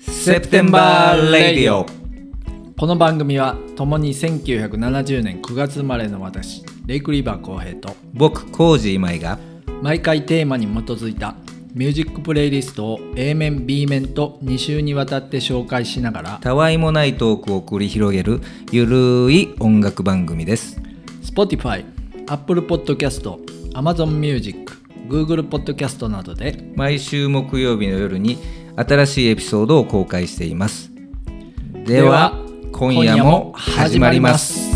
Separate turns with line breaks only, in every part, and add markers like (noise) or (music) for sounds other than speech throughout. セプテンバーレディオ
この番組は共に1970年9月生まれの私レイク・リーバー浩平と
僕コージ今井が
毎回テーマに基づいたミュージックプレイリストを A 面 B 面と2週にわたって紹介しながら
たわいもないトークを繰り広げるゆるい音楽番組です
Spotify、Apple Podcast、Amazon Music、Google Podcast などで
毎週木曜日の夜に新しいエピソードを公開していますでは
では
今夜も始まります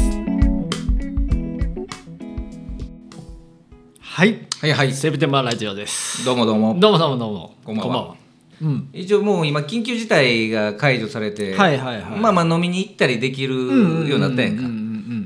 はい
はいはい
セプテンバーラジオです
どうもどうも
どうもどうもどうも
こんばんは
うん
一応もう今緊急事態が解除されて、
はいはいはい
まあまあ飲みに行ったりできるようになったやんか、
うんうんうん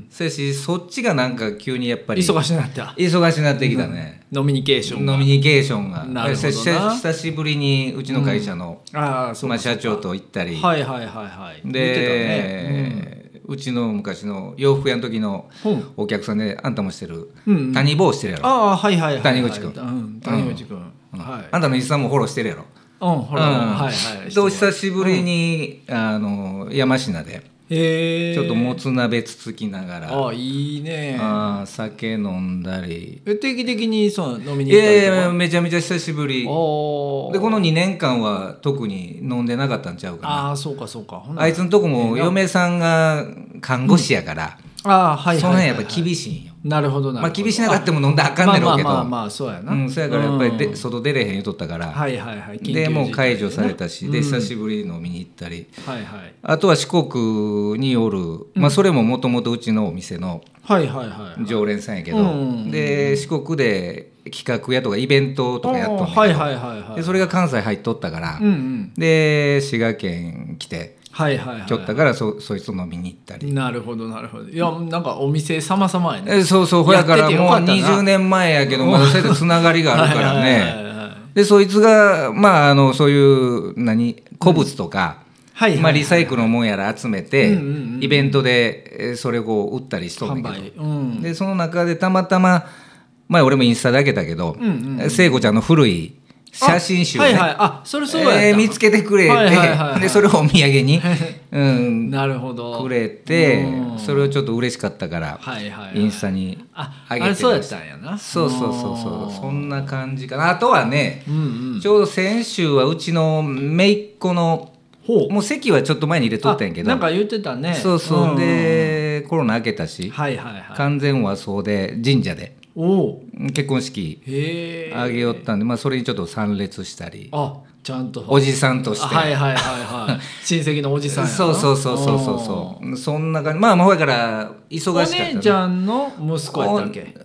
そうやしそっちがなんか急にやっぱ
うん
り
忙しくなった
忙しくなってきたね、
ノミニケーションが
ノミニケーションが
なるほどな
せ久しぶりにうちの会社の、
ああそう
ま
か
あ、社長と行ったり、
はいはいはいはい
で、うちの昔の洋服屋の時の
言ってたね
お客さんであんたもしてる、
うんうん
谷坊してるやろ、
ああはいはいはいはい
谷口君
うん谷口君はい
あんたのインスタもフォローしてるやろ、
うんほら
うん
はいはい
でお久しぶりに、あの山科で
へえ
ちょっともつ鍋つつきながら、
ああいいね
あー酒飲んだり
え定期的にその飲み
い
に行ったり
やい
とか
やめちゃめちゃ久しぶりで
おー
この2年間は特に飲んでなかったんちゃうかな
ああそうかそうかほな
あいつのとこも嫁さんが看護師やから、
ああはいはい
その
はい
辺やっぱ厳しいんよ。
なるほどなるほど
まあ厳しなかったも飲んだらあかんねんろうけど、
まあまあまあまあそうやな
うん、そやからやっぱりで、外出れへん言うとったから、
はいはいはい緊急事態
でもう解除されたし、で
うん
久しぶりに飲みに行ったり、
はいはい
あとは四国におる、まあそれももともとうちのお店の
はいはいはい
常連さんやけど、
うん
で四国で企画やとかイベントとかやっとんねん
あ
け
ー
ど
はいはいはいはい
でそれが関西入っとったから、
うんうん
で滋賀県来て
はいはいはい
ちょったからそそいつと飲みに行ったり。
なるほどなるほどいやなんかお店様々やね
えそうそうほやから
やってて
も
よ
う
かったな
20年前やけどまだそうやってつながりがあるから
はい
ね
はいはいはい
でそいつがまああのそういう何古物とか、
はいはい
まあ、リサイクルのもんやら集めて、
うんうんうん
イベントでえーそれをこう売ったりしとんね
販
んけ
売うん
どでその中でたまたま前俺もインスタだけだけど
うんうん
聖子、ちゃんの古い写真集をね、
はいはいあそれそうやった、
えー見つけてくれて、
はいはいはいはい
でそれをお土産
(laughs)
に、うん、
なるほど
くれて
うん
それをちょっと嬉しかったから、
はいはいはい
インスタに
ああ
上げて
れ
ま
そうやっ
した
たんやな
そうそうそうそうそんな感じかなあとはね、
うんうん
ちょうど先週はうちの姪っ子の
ほ
もう席はちょっと前に入れとったんやけど
なんか言ってたね
そうそう、
ん
でコロナ明けたし、
はいはいはい
完全和装で神社で
おう
結婚式
へえ
あげよったんで、まあ、それにちょっと参列したり
あちゃんと
おじさんとして。
はいはいはい
(laughs)
はい親戚のおじさんやな
そうそうそうそうそうそうそんな感じまあまあほやから忙し
うん
か
お
ったね
姉ちゃんの息子やったっけ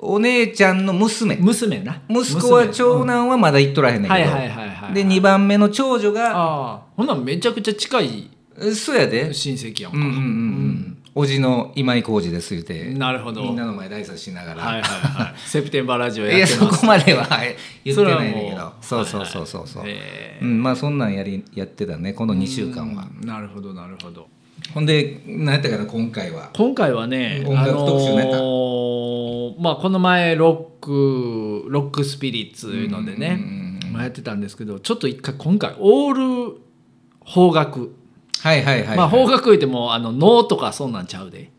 お姉ちゃんの娘
娘な
息子は
娘
長男はまだ行っとらへんねん
は
け
い
ど、
はいはいはい
で2番目の長女が
ああほんなんめちゃくちゃ近い
そうやで
親戚やん
うんうんうんう
か、
んおじの今井浩二です言うて
なるほど
みんなの前で挨拶しながら、
はいはい
(laughs)
はいセプテンバーラジオ
い
や
や
って
そ
ます
こまでははい言ってないねん
そ
け
れは
ど
もう
そうそうそうそうそう、
え
うん、まあそんなんやりやってたねこの2週間は
ーなるほどなるほど
ほんで何やったかな今回は
今回はね、
音楽特集ネタ
あのーまあこの前ロックロックスピリッツいうので
うんうん
ね、まあ、やってたんですけどちょっと一回今回オール邦楽、
はいはいはい、
まあ邦楽言ってもあの能とかそんなんちゃうで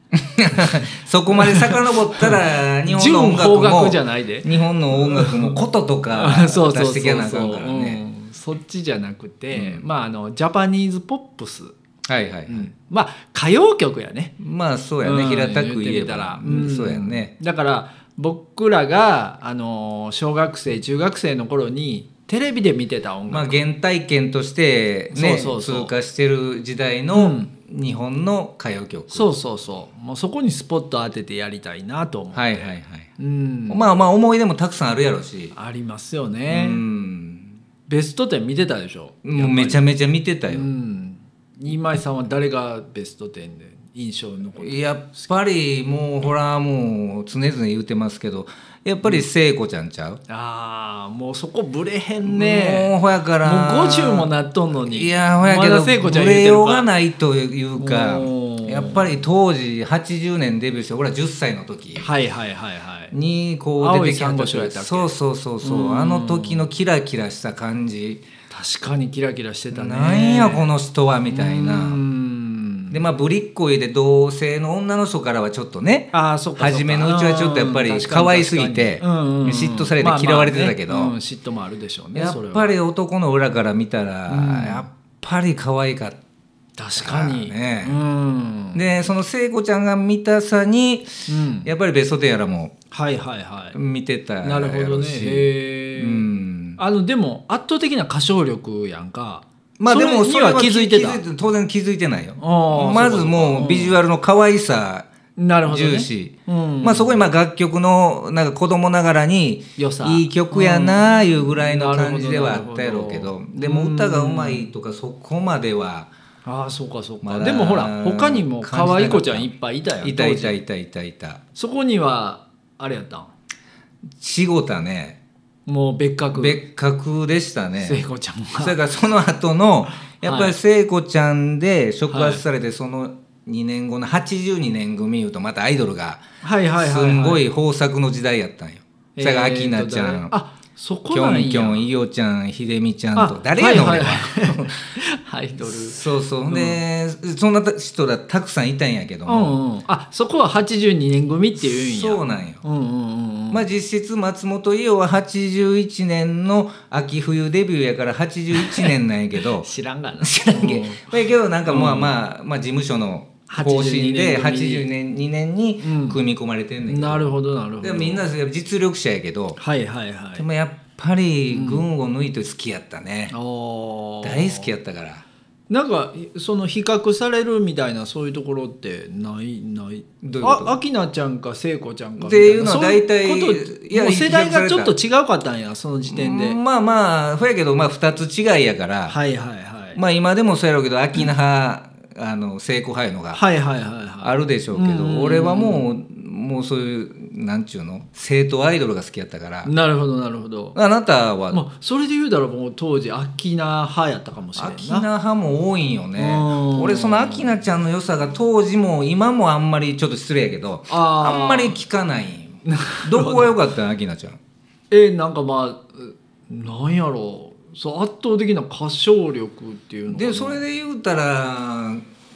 そこまで遡ったら日本の
純
音楽
邦楽
も
じゃないで
日本の音楽も琴とか出
(laughs) そうそうそう
してきゃなあ
そ
か
う、
んからね。
うんそっちじゃなくて、
うん
まああのジャパニーズポップス、
はいはいはい。
まあ歌謡曲やね
まあそうやね
ん
平たく
言って
言え
みたら
ば、
うん
そうやね。
だから僕らがあの小学生中学生の頃にテレビで見てた音
まあ
楽、
原体験としてね
そうそうそう
通過してる時代
う
の
ん
日本の歌謡曲。
そうそうそうもうそこにスポット当ててやりたいなと思う、
はいはいはい。
うん
まあまあ思い出もたくさんあるやろし。
ありますよ
う
ね、
ん。
ベスト10見てたでしょ
もうめち
ゃ
ゃめちゃ見てたよ
う。ん今井さんは誰がベスト10で印象に残って
やっぱりもうほらもう常々言うてますけど、やっぱり聖子ちゃんちゃう。
ああもうそこブレへんね
もうほやから。
もう50もなっとんのに
いやほやけ
ま
ど
だ聖子
ブ
ちゃん言うて
レ
る
よう
か
がないというか
おー
やっぱり当時80年デビューして俺ら10歳の時
はいはいはいはい
にこう出てき
青い珊瑚礁やったっけ
そうそうそうそうあの時のキラキラした感じ
確かにキラキラしてたね
なんやこの人はみたいうな。
ん
でまあぶりっ子で同性の女の人からはちょっとね
ああそうかそうか
初めのうちはちょっとやっぱり
うん確かに
可愛すぎて
確かにうんうんうん
嫉妬されて
まあまあ
嫌われてたけど
ねうん嫉妬もあるでしょうね
や
それ
っ
は
ぱり男の裏から見たらやっぱり可愛かった。
確かに
ね
うん
でその聖子ちゃんが見たさに
うん
やっぱりベストテンやらも
はいはいはい
見てた
な
や
るほど
ろう
ね
し、
へえ
うん、
あのでも圧倒的な歌唱力やんか
まあでも
そ
そ
れ
れ
には気づいてた
当然気づいてないよ
あー
ま
そう
ず
か
もうビジュアルの可愛さ
なるほどね
重視、
うん
まあ、そこにまあ楽曲のなんか子供ながらに
良さ
いい曲やなあいうぐらいの感じではあったやろうけど,、
うん
で
なるほど
も歌がうまいとかそこまでは
ああそうかそうか、
まだ
でもほら他にも可愛い子ちゃんいっぱいいたやん
いたい
当
た
時
いたいたいた
そこにはあれやったん
仕事ね
もう別格
別格でしたね
聖子ちゃん
そ
が
れからその後
(laughs)
のやっぱり聖子ちゃんで触発されてその2年後の82年組いうとまたアイドルが
はいはいはい、
す
はい、
んごい豊作の時代やったんよ。それが
え
明
ー
菜ちゃ
と誰
ん、
あそこ
きょ
なんや
んきょん、いおちゃん、ひでみちゃんと
あ
誰やねん
は
俺
い
は。
はいはい (laughs) アイドル
そうそうでそんな人らたくさんいたんやけど
う
も
んうんあそこは82年組っていうんや
そうなんよ。
うんうんうんうん
まあ実質松本伊代は81年の秋冬デビューやから81年なんやけど
(laughs) 知らんがな
知らんけ、まあ、けどなんかまあまあ、まあ事務所の方針で
82
82年2年に
うん
組み込まれてん
う
ねん
ん
けど、
なるほどなるほ
で
ど
みんな実力者やけど、
はいはいは
で
い
もやっぱり群を抜いて好きやったね、
おー
大好きやったから
なんかその比較されるみたいなそういうところってないない
どういうこと
あきなちゃんか聖子ちゃん
っ
かみ
たて
いな
いうのは大体
そういうこと
いや
もう世代が
比較
ち
さ
ょっ
れた
と違うかったんやその時点で、
まあまあそうやけどまあ2つ違いやから、
はいはいはい、
まあ今でもそうやろうけど秋菜派、あの聖子派いうのが
はいはいはいはい
あるでしょうけど、
うんうんうん
俺はもうもうそういうなんちゅうの正統アイドルが好きやったから、
なるほどなるほど、
あなたは
まあ、それで言うたらもう当時アキナ派やったかもしれん
ア
な
キナ派も多いんよね
うん
俺そのアキナちゃんの良さが当時も今もあんまりちょっと失礼やけど
あー
あんまり聞か
(laughs)
ないんよどこが良かったんアキナちゃん
えなんかまあうなんやろうそう圧倒的な歌唱力っていうのかな
でそれで言うたら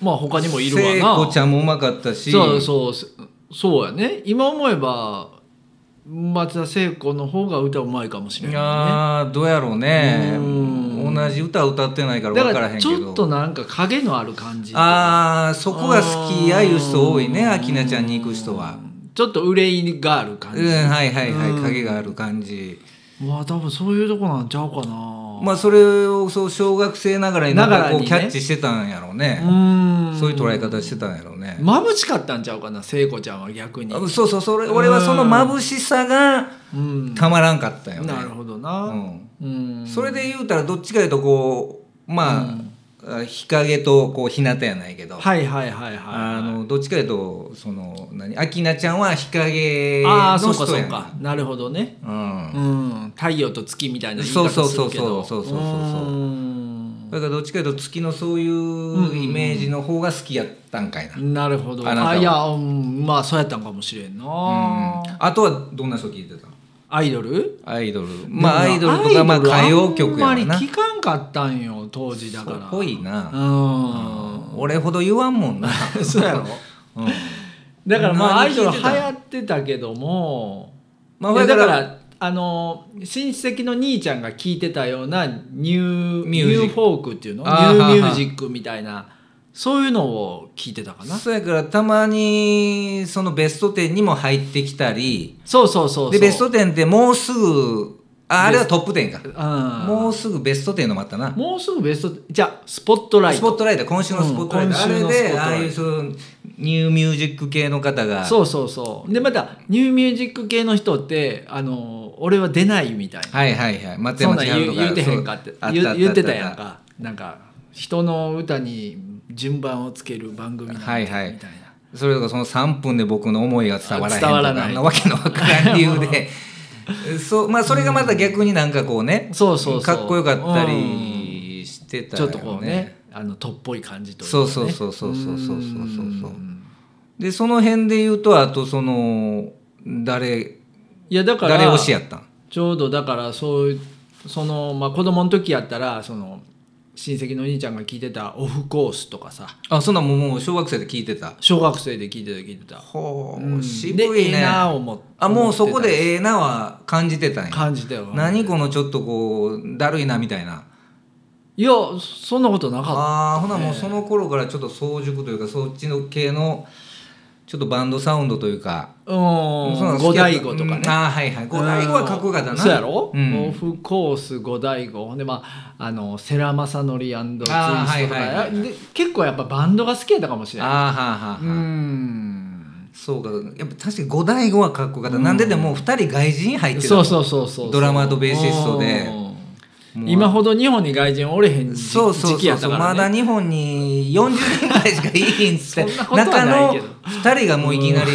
まあ他にもいるわな
聖子ちゃんもうまかったし
そうそうそそうやね今思えば松田聖子の方が歌うまいかもしれ
い
な
やーどうやろうね
うん
同じ歌歌ってないか
いね
ら
だ
分か
から
へん
ら
け
ちょっ
ど
となんか影のある感じ
あーそこが好きやいう人多いね
うん
アキナちゃんに行く人は
ちょっと憂いがある
う
感
ん
じ、
はいはいは
うん
い影がある感じ
まあ多分そういうとこなんちゃうかな
まあそれをそう小学生ながらになんかこう
ながらにね
キャッチしてたんやろうね
うん
そういう捉え方してたんやろうね
眩しかったんちゃうかな聖子ちゃんは逆に
あそうそうそれ俺はその眩しさが
うん
たまらんかったよね
なるほどなう
う
ん
んそれで言うたらどっちかいうとこうまあ日陰とこう日向やないけど
はいはいはいはい
あのどっちかというとその何アキナちゃんは日陰
あ
の
あそうか
人
そ
や
うんかなるほどね
うん
うん、太陽と月みたいな言い
そ
方
う
す
そうそ
る
う
けど
そうそうそうそうそう
ー
だからどっちかというと月のそうい
んうん
うイメージの方が好きやったんかいな、うん
んなるほど
あなたは
あいや、うん、まあそうやったんかもしれんな、
あとはどんな人聞いてたの
アイドル
アイドルまあア
でも
イドルとかまあ歌謡曲や
アイ
わ
ドルあんま
な
り聞かんかったんよ当時だから
っぽいな、
うん
俺ほど言わんもんな、
(laughs) そうやろ
うん
だからまあア
何
イドル
聞い
流
てた
行ってたけども
まあ
いや
だ
だ
か
かららあの親戚の兄ちゃんが聞いてたようなニュー
ミュージック
ニューフォークっていうのニ
あー
ューミュ
は
ー
は
ジックみたいなそういうのを聞いてたかな
そうやからたまにそのベスト10にも入ってきたり
そうそうそうそう
でベスト10ってもうすぐああれはトップ10か
うん
もうすぐベスト10のもあったな
もうすぐベストじゃあスポットライ
スポッ
ト
トライト今週のスポットライト、
うん
あれ
今週のスポット
で
ライ
あ
ト
あいうそのニューミュージック系の方が
そうそうそうでまたニューミュージック系の人ってあの俺は出ないみたいな
はいはいはい松
そん
山
なん
千
言
春とか
う言うてへんかっ
そ
て
うあ
言
あ
う言ってた
あ
やん
あっ
かなんか人の歌に順番をつける番組なんて
はいはい
みたいな
たそれとかその3分で僕の思いが伝わらへんと
(laughs) 伝
か
わらない
あんなわけのわからん理由
(laughs)
でそうまあそれがまた逆になんかこうね
そうそうそう
かっこよかったりしてた
ち
よ
ょ
ね
っとこうねあのとっぽい感じというか、
そ
ね、
うそうそうそうそうそうそうそう
うん
でその辺で言うとあとその誰
いやだから
誰推しやったん
ちょうどだからそうその、まあ、子供の時やったらその親戚のお兄ちゃんが聞いてたオフコースとかさ
あそんなんもうもう小学生で聞いてた
小学生で聞いてた聞いてた、
ほう、
うん
渋
で
い
ええ
ね
なあ思っ
あもうそこ
思って
でええなは感じてたん
た
や
感じたよ
何このちょっとこうだるいなみたいない
やそんなことなかった
ああーほなもうその頃からちょっと早熟というかそっちの系のちょっとバンドサウンドというか
う
そなん
ん
好
五
きやった
醍醐とか
うん
ね
ああはいはい五醍醐はかっこよかったな
そうやろ、
うん
オフコース五醍醐でまああの世良公則ツインストと
あー
か、
はいはいはい
で結構やっぱバンドが好きやったかもしれない
ああはあはあはあ
うーん
そうかやっぱ確かに五醍醐はかっこよかった、なんででも2人外人入ってた
そうそうそうそう
ドラマーとベーシストで
うん
もう
今ほど日本に外人おれへん時
そうそう
時期
そ
や
う
っ
そ
た
う、
から、
ま
ね、
だ日本に40人ぐらいしかいいんっつって
(laughs) そんなこと
中
はない
の
けど
2人がもういきなり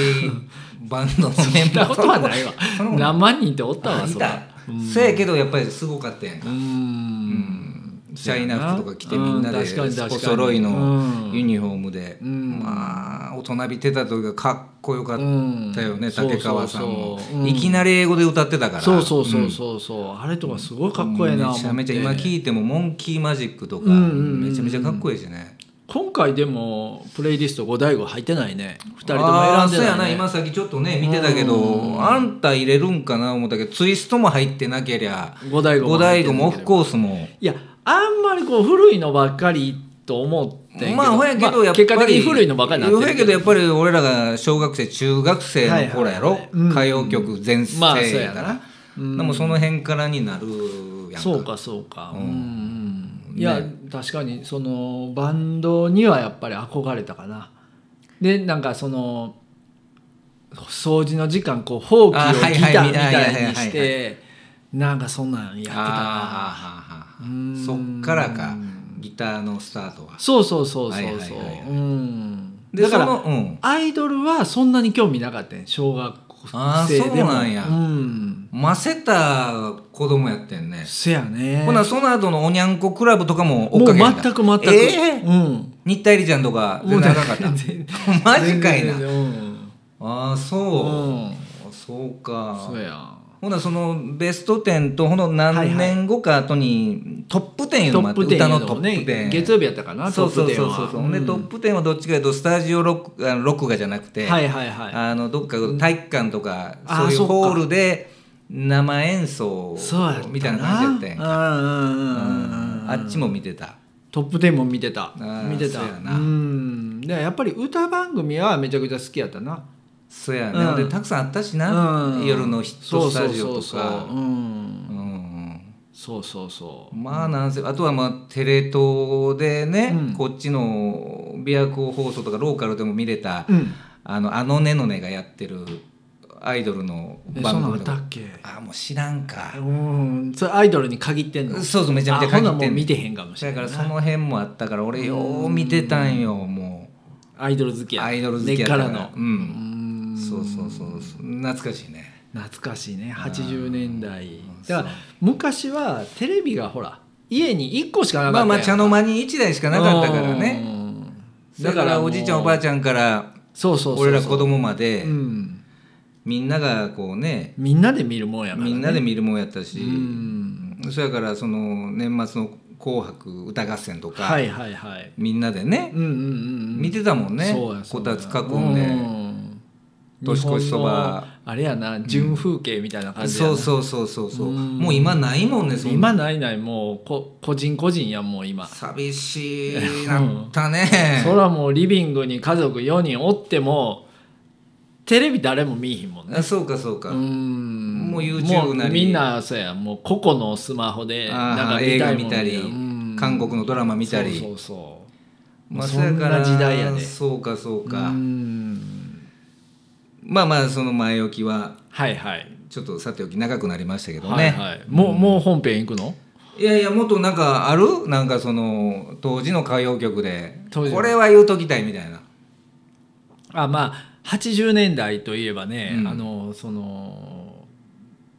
バンドのメン
(laughs) そん
バ
な
ー
ことはないわ
そんなことない
何万人っておったわ
あい
そら
たそうやけどやっぱりすごかったやん
う
か
ーん
シャイナ服とか着て
う
みんなで
確かに確かに
お揃いの
うん
ユニフォームで
うん
まあ大人びてた時がかっこよかっ
うん
たよね竹川さんも
そうそうそううん
いきなり英語で歌ってたから
そうそうそ
ん
うそうそう、あれとかすごいかっこええな思っ
め
て
ちゃめちゃ今聞いてもモンキーマジックとか
うんうんうんうん
めちゃめちゃかっこいいしね
今回でもプレイリスト五醍醐入ってないね2人とも
あー
選んで
そう
な
や
い、
な
ね、
今さっきちょっとね見てたけどあんた入れるんかな思ったけどツイストも入ってなけりゃ
五醍醐
五
入
醍
っ
醐
てない
もオフコースも
いやあんまりこう古いのばっかりと思ってんけど
まあほやけどやっぱり、
結果的に古いのばっかりになっ
ほ
て
や
る
けどやっぱり俺らが小学生中学生の頃やろ、
はいはいはいうん
歌謡曲全盛
まあそう
や
や
か
な
ら、でもその辺からになるやんか
そうかそうかうん、うん、いや、
ね
確かにそのバンドにはやっぱり憧れたかなでなんかその掃除の時間こうほうきを
あはいはい
ギターみ
はい
た
はい
い
はい
にしてなんかそんなんやってたな
あーはーはーはーはー
うん
そっからかギターのスタートは
そうそうそうそう
はい
そう
はいはいはい
うん
で
だか
そ
ら
の、うん、
アイドルはそんなに興味なかったん小学
あー
生でも
そうなんや
うん
ませた子供やってんね、
せやね
ほなその後のおにゃんこクラブとかも追
も
っ
う
かけ
全
て
く全く、
えー
うん
新田絵里ちゃんとか全然あかんかったマジかいな
全然うん
ああ
う
そ
ん
う、そうか
そうや
ほなそのベスト10とほの何年後か後にトップ10いう
ト
のもあ
ッ
って
プ10
歌の
や
ト
ろ
ッ
う
プ10
ね月曜日やったかな
そうそ
トッ
う
プ10
そう
は
そうそう、
ん
でトップ10はどっちかというとスタジオロックあの録画じゃなくて、
はいはいは
あのどっか体育館とか
あ
そう
ー
いう
そっか
ホールで生演奏
いそうやった
みたいな感じやったんや
なうんうん
う
うんうん
んあっちも見てた
トップ10も見てた
ー
見てた
そうやなん
でやっぱり歌番組はめちゃくちゃ好きやったな
そうや
うん
ね、でたくさんあったしな、
うん
夜のヒットスタジオとか
そうそうそうそううん
うん
そうそうそう
まあなんせあとはまあテレ東でね、
うん
こっちの琵琶湖放送とかローカルでも見れた「
うん
あのあのねのね」がやってるアイドルの
えそ
番
んなんあ
組
っ
と
た
か
っけ
あもう知らんか
うんそれアイドルに限ってんの
そうそうめちゃめちゃ限ってん
あ
の
ほなもう見てへんかもしれ
だ
な
か
い
らその辺もあったから俺よう見てたんよも
アイドル好き
う
や
アイドル好きや
根
か
っ
ら
からの
う
うんん
そうそうそう懐かしいね
懐かしいね80年代
うん
だから昔はテレビがほら家に1個しかなかった
まあ
やん
まあ茶の間に1台しかなかったから
う
ね
ん
だからおじいちゃんおばあ
ちゃん
ちゃんから
そうそうそう
俺ら子供まで
うん
みんながこうね
みんなで見るもんやからね
みんなで見るもんやったし、
うん
そやからその年末の「紅白歌合戦」とか、
はいはいはい
みんなでね、
うんうんうん
見てたもんね
そうやそ
こ
うや
たつ囲んで、
うん
年越しそば
日本のあれやな純風景みたいな感じやな
そうそうそうそうそう
うん
もう今ないもんねそんな
今ないないもうこ個人個人やもう今
寂しいなったね
そらもうリビングに家族4人おってもテレビ誰も見いひんもんね
あそうかそうか、
うん
もう YouTube なり
もうみんなそうやもう個々のスマホで
あー
なんか
映
見た
画
いも
見
ん
たり、
うん
韓国のドラマ見たり
そうそうそう、
まあ
そんな時代や
そや
で
からそうかそうか、
うん
まあまあその前置きは
はいはい
ちょっとさておき長くなりましたけどね、
はいはいもうもう本編行くの
いやいやもっとなんかあるなんかその当時の歌謡曲で
当時の
これは言うときたいみたいな
あまあ80年代といえばね、
うん
あのその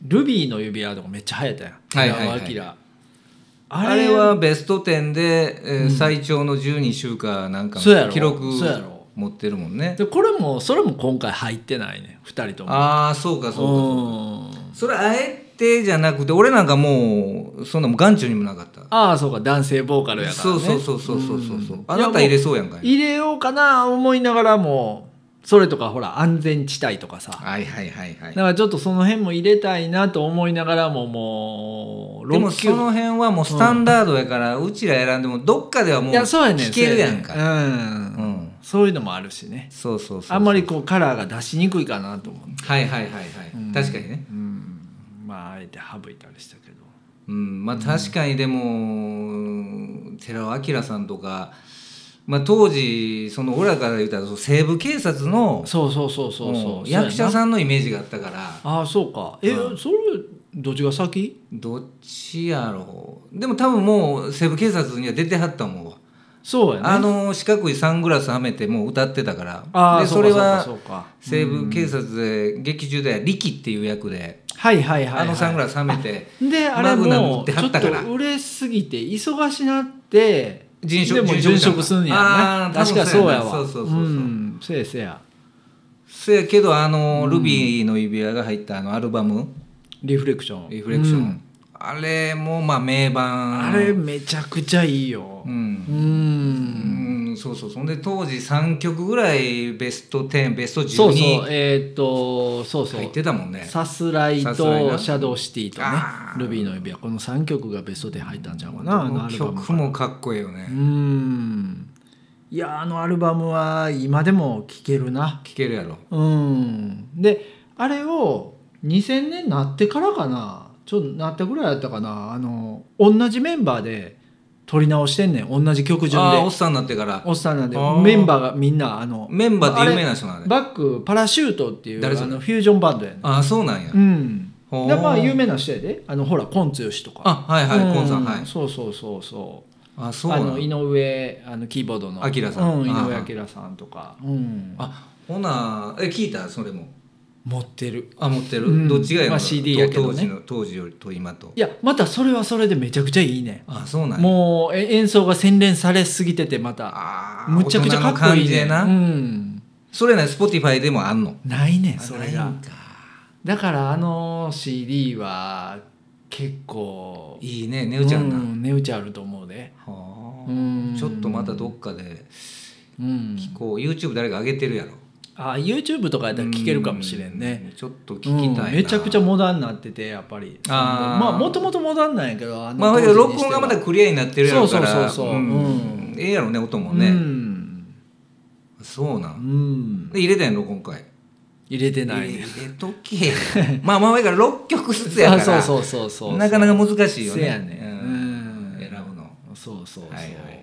ルビーの指輪とかめっちゃ流行ったやん、
はいはいはい
平尾明
あれ
あれ
はベスト10で、えー最長の12週間なんか
そうやろ
記録
そうやろ
持ってるもんね
でこれもそれも今回入ってないね2人とも
ああそうかそうか
うん
それあえてじゃなくて俺なんかもうそんなもん眼中にもなかった
ああそうか男性ボーカルやから、
そ
ね、
うそうそうそうそうそうそうんあなた入れそうやんかい
入れようかな思いながらもそれとかほら安全地帯とかさ
はいはいはいは
だ
い
からちょっとその辺も入れたいなと思いながらももう
でも
6級
その辺はもうスタンダードやから、うちら選んでもどっかではもう
いやそうやねん
聞けるやん
そう
か
や
う
ねんうん
ん
そういうのもあるしね
そうそうそうそう
あんまりこうカラーが出しにくいかなと思って、
はいはいはいはい、
うん
確かにね
うんまああえて省いたりしたけど
うんまあ確かにでも、寺尾明さんとか、まあ、当時その俺らから言うたらその西部警察の
そうそうそうそうそううん
役者
ん
さんのイメージがあったから
ああそうかえ、
う
それどっちが先
どっちやろうでも多分もう西部警察には出てはったもんわ
そうやね
あの四角いサングラスはめてもう歌ってたから
あー
で
そ
そう
か
れ
そうか
は
そうか
西部警察で劇中では力っていう役で
はいはいはい、はい、
あのサングラスはめ
(laughs)
て
であれ
マグナム
も
っ
う
て
ちょ
貼
っ
ったから
と売れすぎて忙しなって
人職
でも
人
殉
職
職すんやろ
あー
ね確
多分
か
そ
そうう
や
や
な
わ
そうそうそうそうん
せやせや
そやけどあのルビーの指輪が入ったあのアルバム
リフレクショ
「
ン
リフレクション」
うん
あれもまあ名盤
あれめちゃくちゃいいよ
う
うんん
うんそうそうそんで当時3曲ぐらいベスト10ベスト
そ
10
うそう
に
えーっとそうそ
入
う
ってたもんね
さすらい
さすらい
と
な
シャドウシティとね
あー
ルビーの指輪この3曲がベストで入ったんちゃうかなあの
この
アルバムから
曲もかっこいいよね
うんいやあのアルバムは今でも聴けるな
聴けるやろ
うんであれを2000年なってからかなちょっとなったぐらいだったかなあの同じメンバーで撮り直してんねん同じ曲順
ああーおっ
で
さんになってから
おっさんなんで
あー
メンバーがみんなあの
メンバーって有名な人なんで
バックパラシュートっていう
誰そ
あ
れ
のフュージョンバンドやねん
ああそうなんや
うん
ほう
でまあ有名な人やであのほらコンツヨシとか
あはいはい
うん
コンさんはい
そうそうそうそう
あそうな
あの井
ん
上あのキーボードの
明さん
うん、井
あ
上
ー
明さんとか、うん、
あほなえ聞いたそれも
持ってる
あ持ってる、
うん
どっちがやろ
まあ CD やけど
当
ね
時の当時よりと今と
いやまたそれはそれでめちゃくちゃいいね、
あそうなんや
もうえ演奏が洗練されすぎててまた
あー
むちゃくちゃかっこ
大人の
いいね
感じやな、
うん、
それね Spotify でもあんの
ないねんそれ
あ
が
ないんか
だからあの CD は結構
いいね値打ちあんな、
うん値打ちあると思うで、
は
う
あ
ん、
ちょっとまたどっかで
うん、
聞こう YouTube 誰か上げてるやろ
あ YouTube とかやったら聴けるかもしれんね
うちょっと聞きたいな、
うんめちゃくちゃモダンになっててやっぱり
あー
まあもともとモダンなんやけどあの
まあ
当時にしては
録音がまだクリアになってるやろから
そうそうそうそううん
ええやろね音も
う
ね、
ん
そうな
うんん
で入れたんやろ今回
入れてない
入れ
ね
入れとけまあまあ前から6曲ずつやから
あそうそうそうそう
なかなか難しいよね
せやね
うん
うん
選ぶの
そうそうそう、
はいはいはい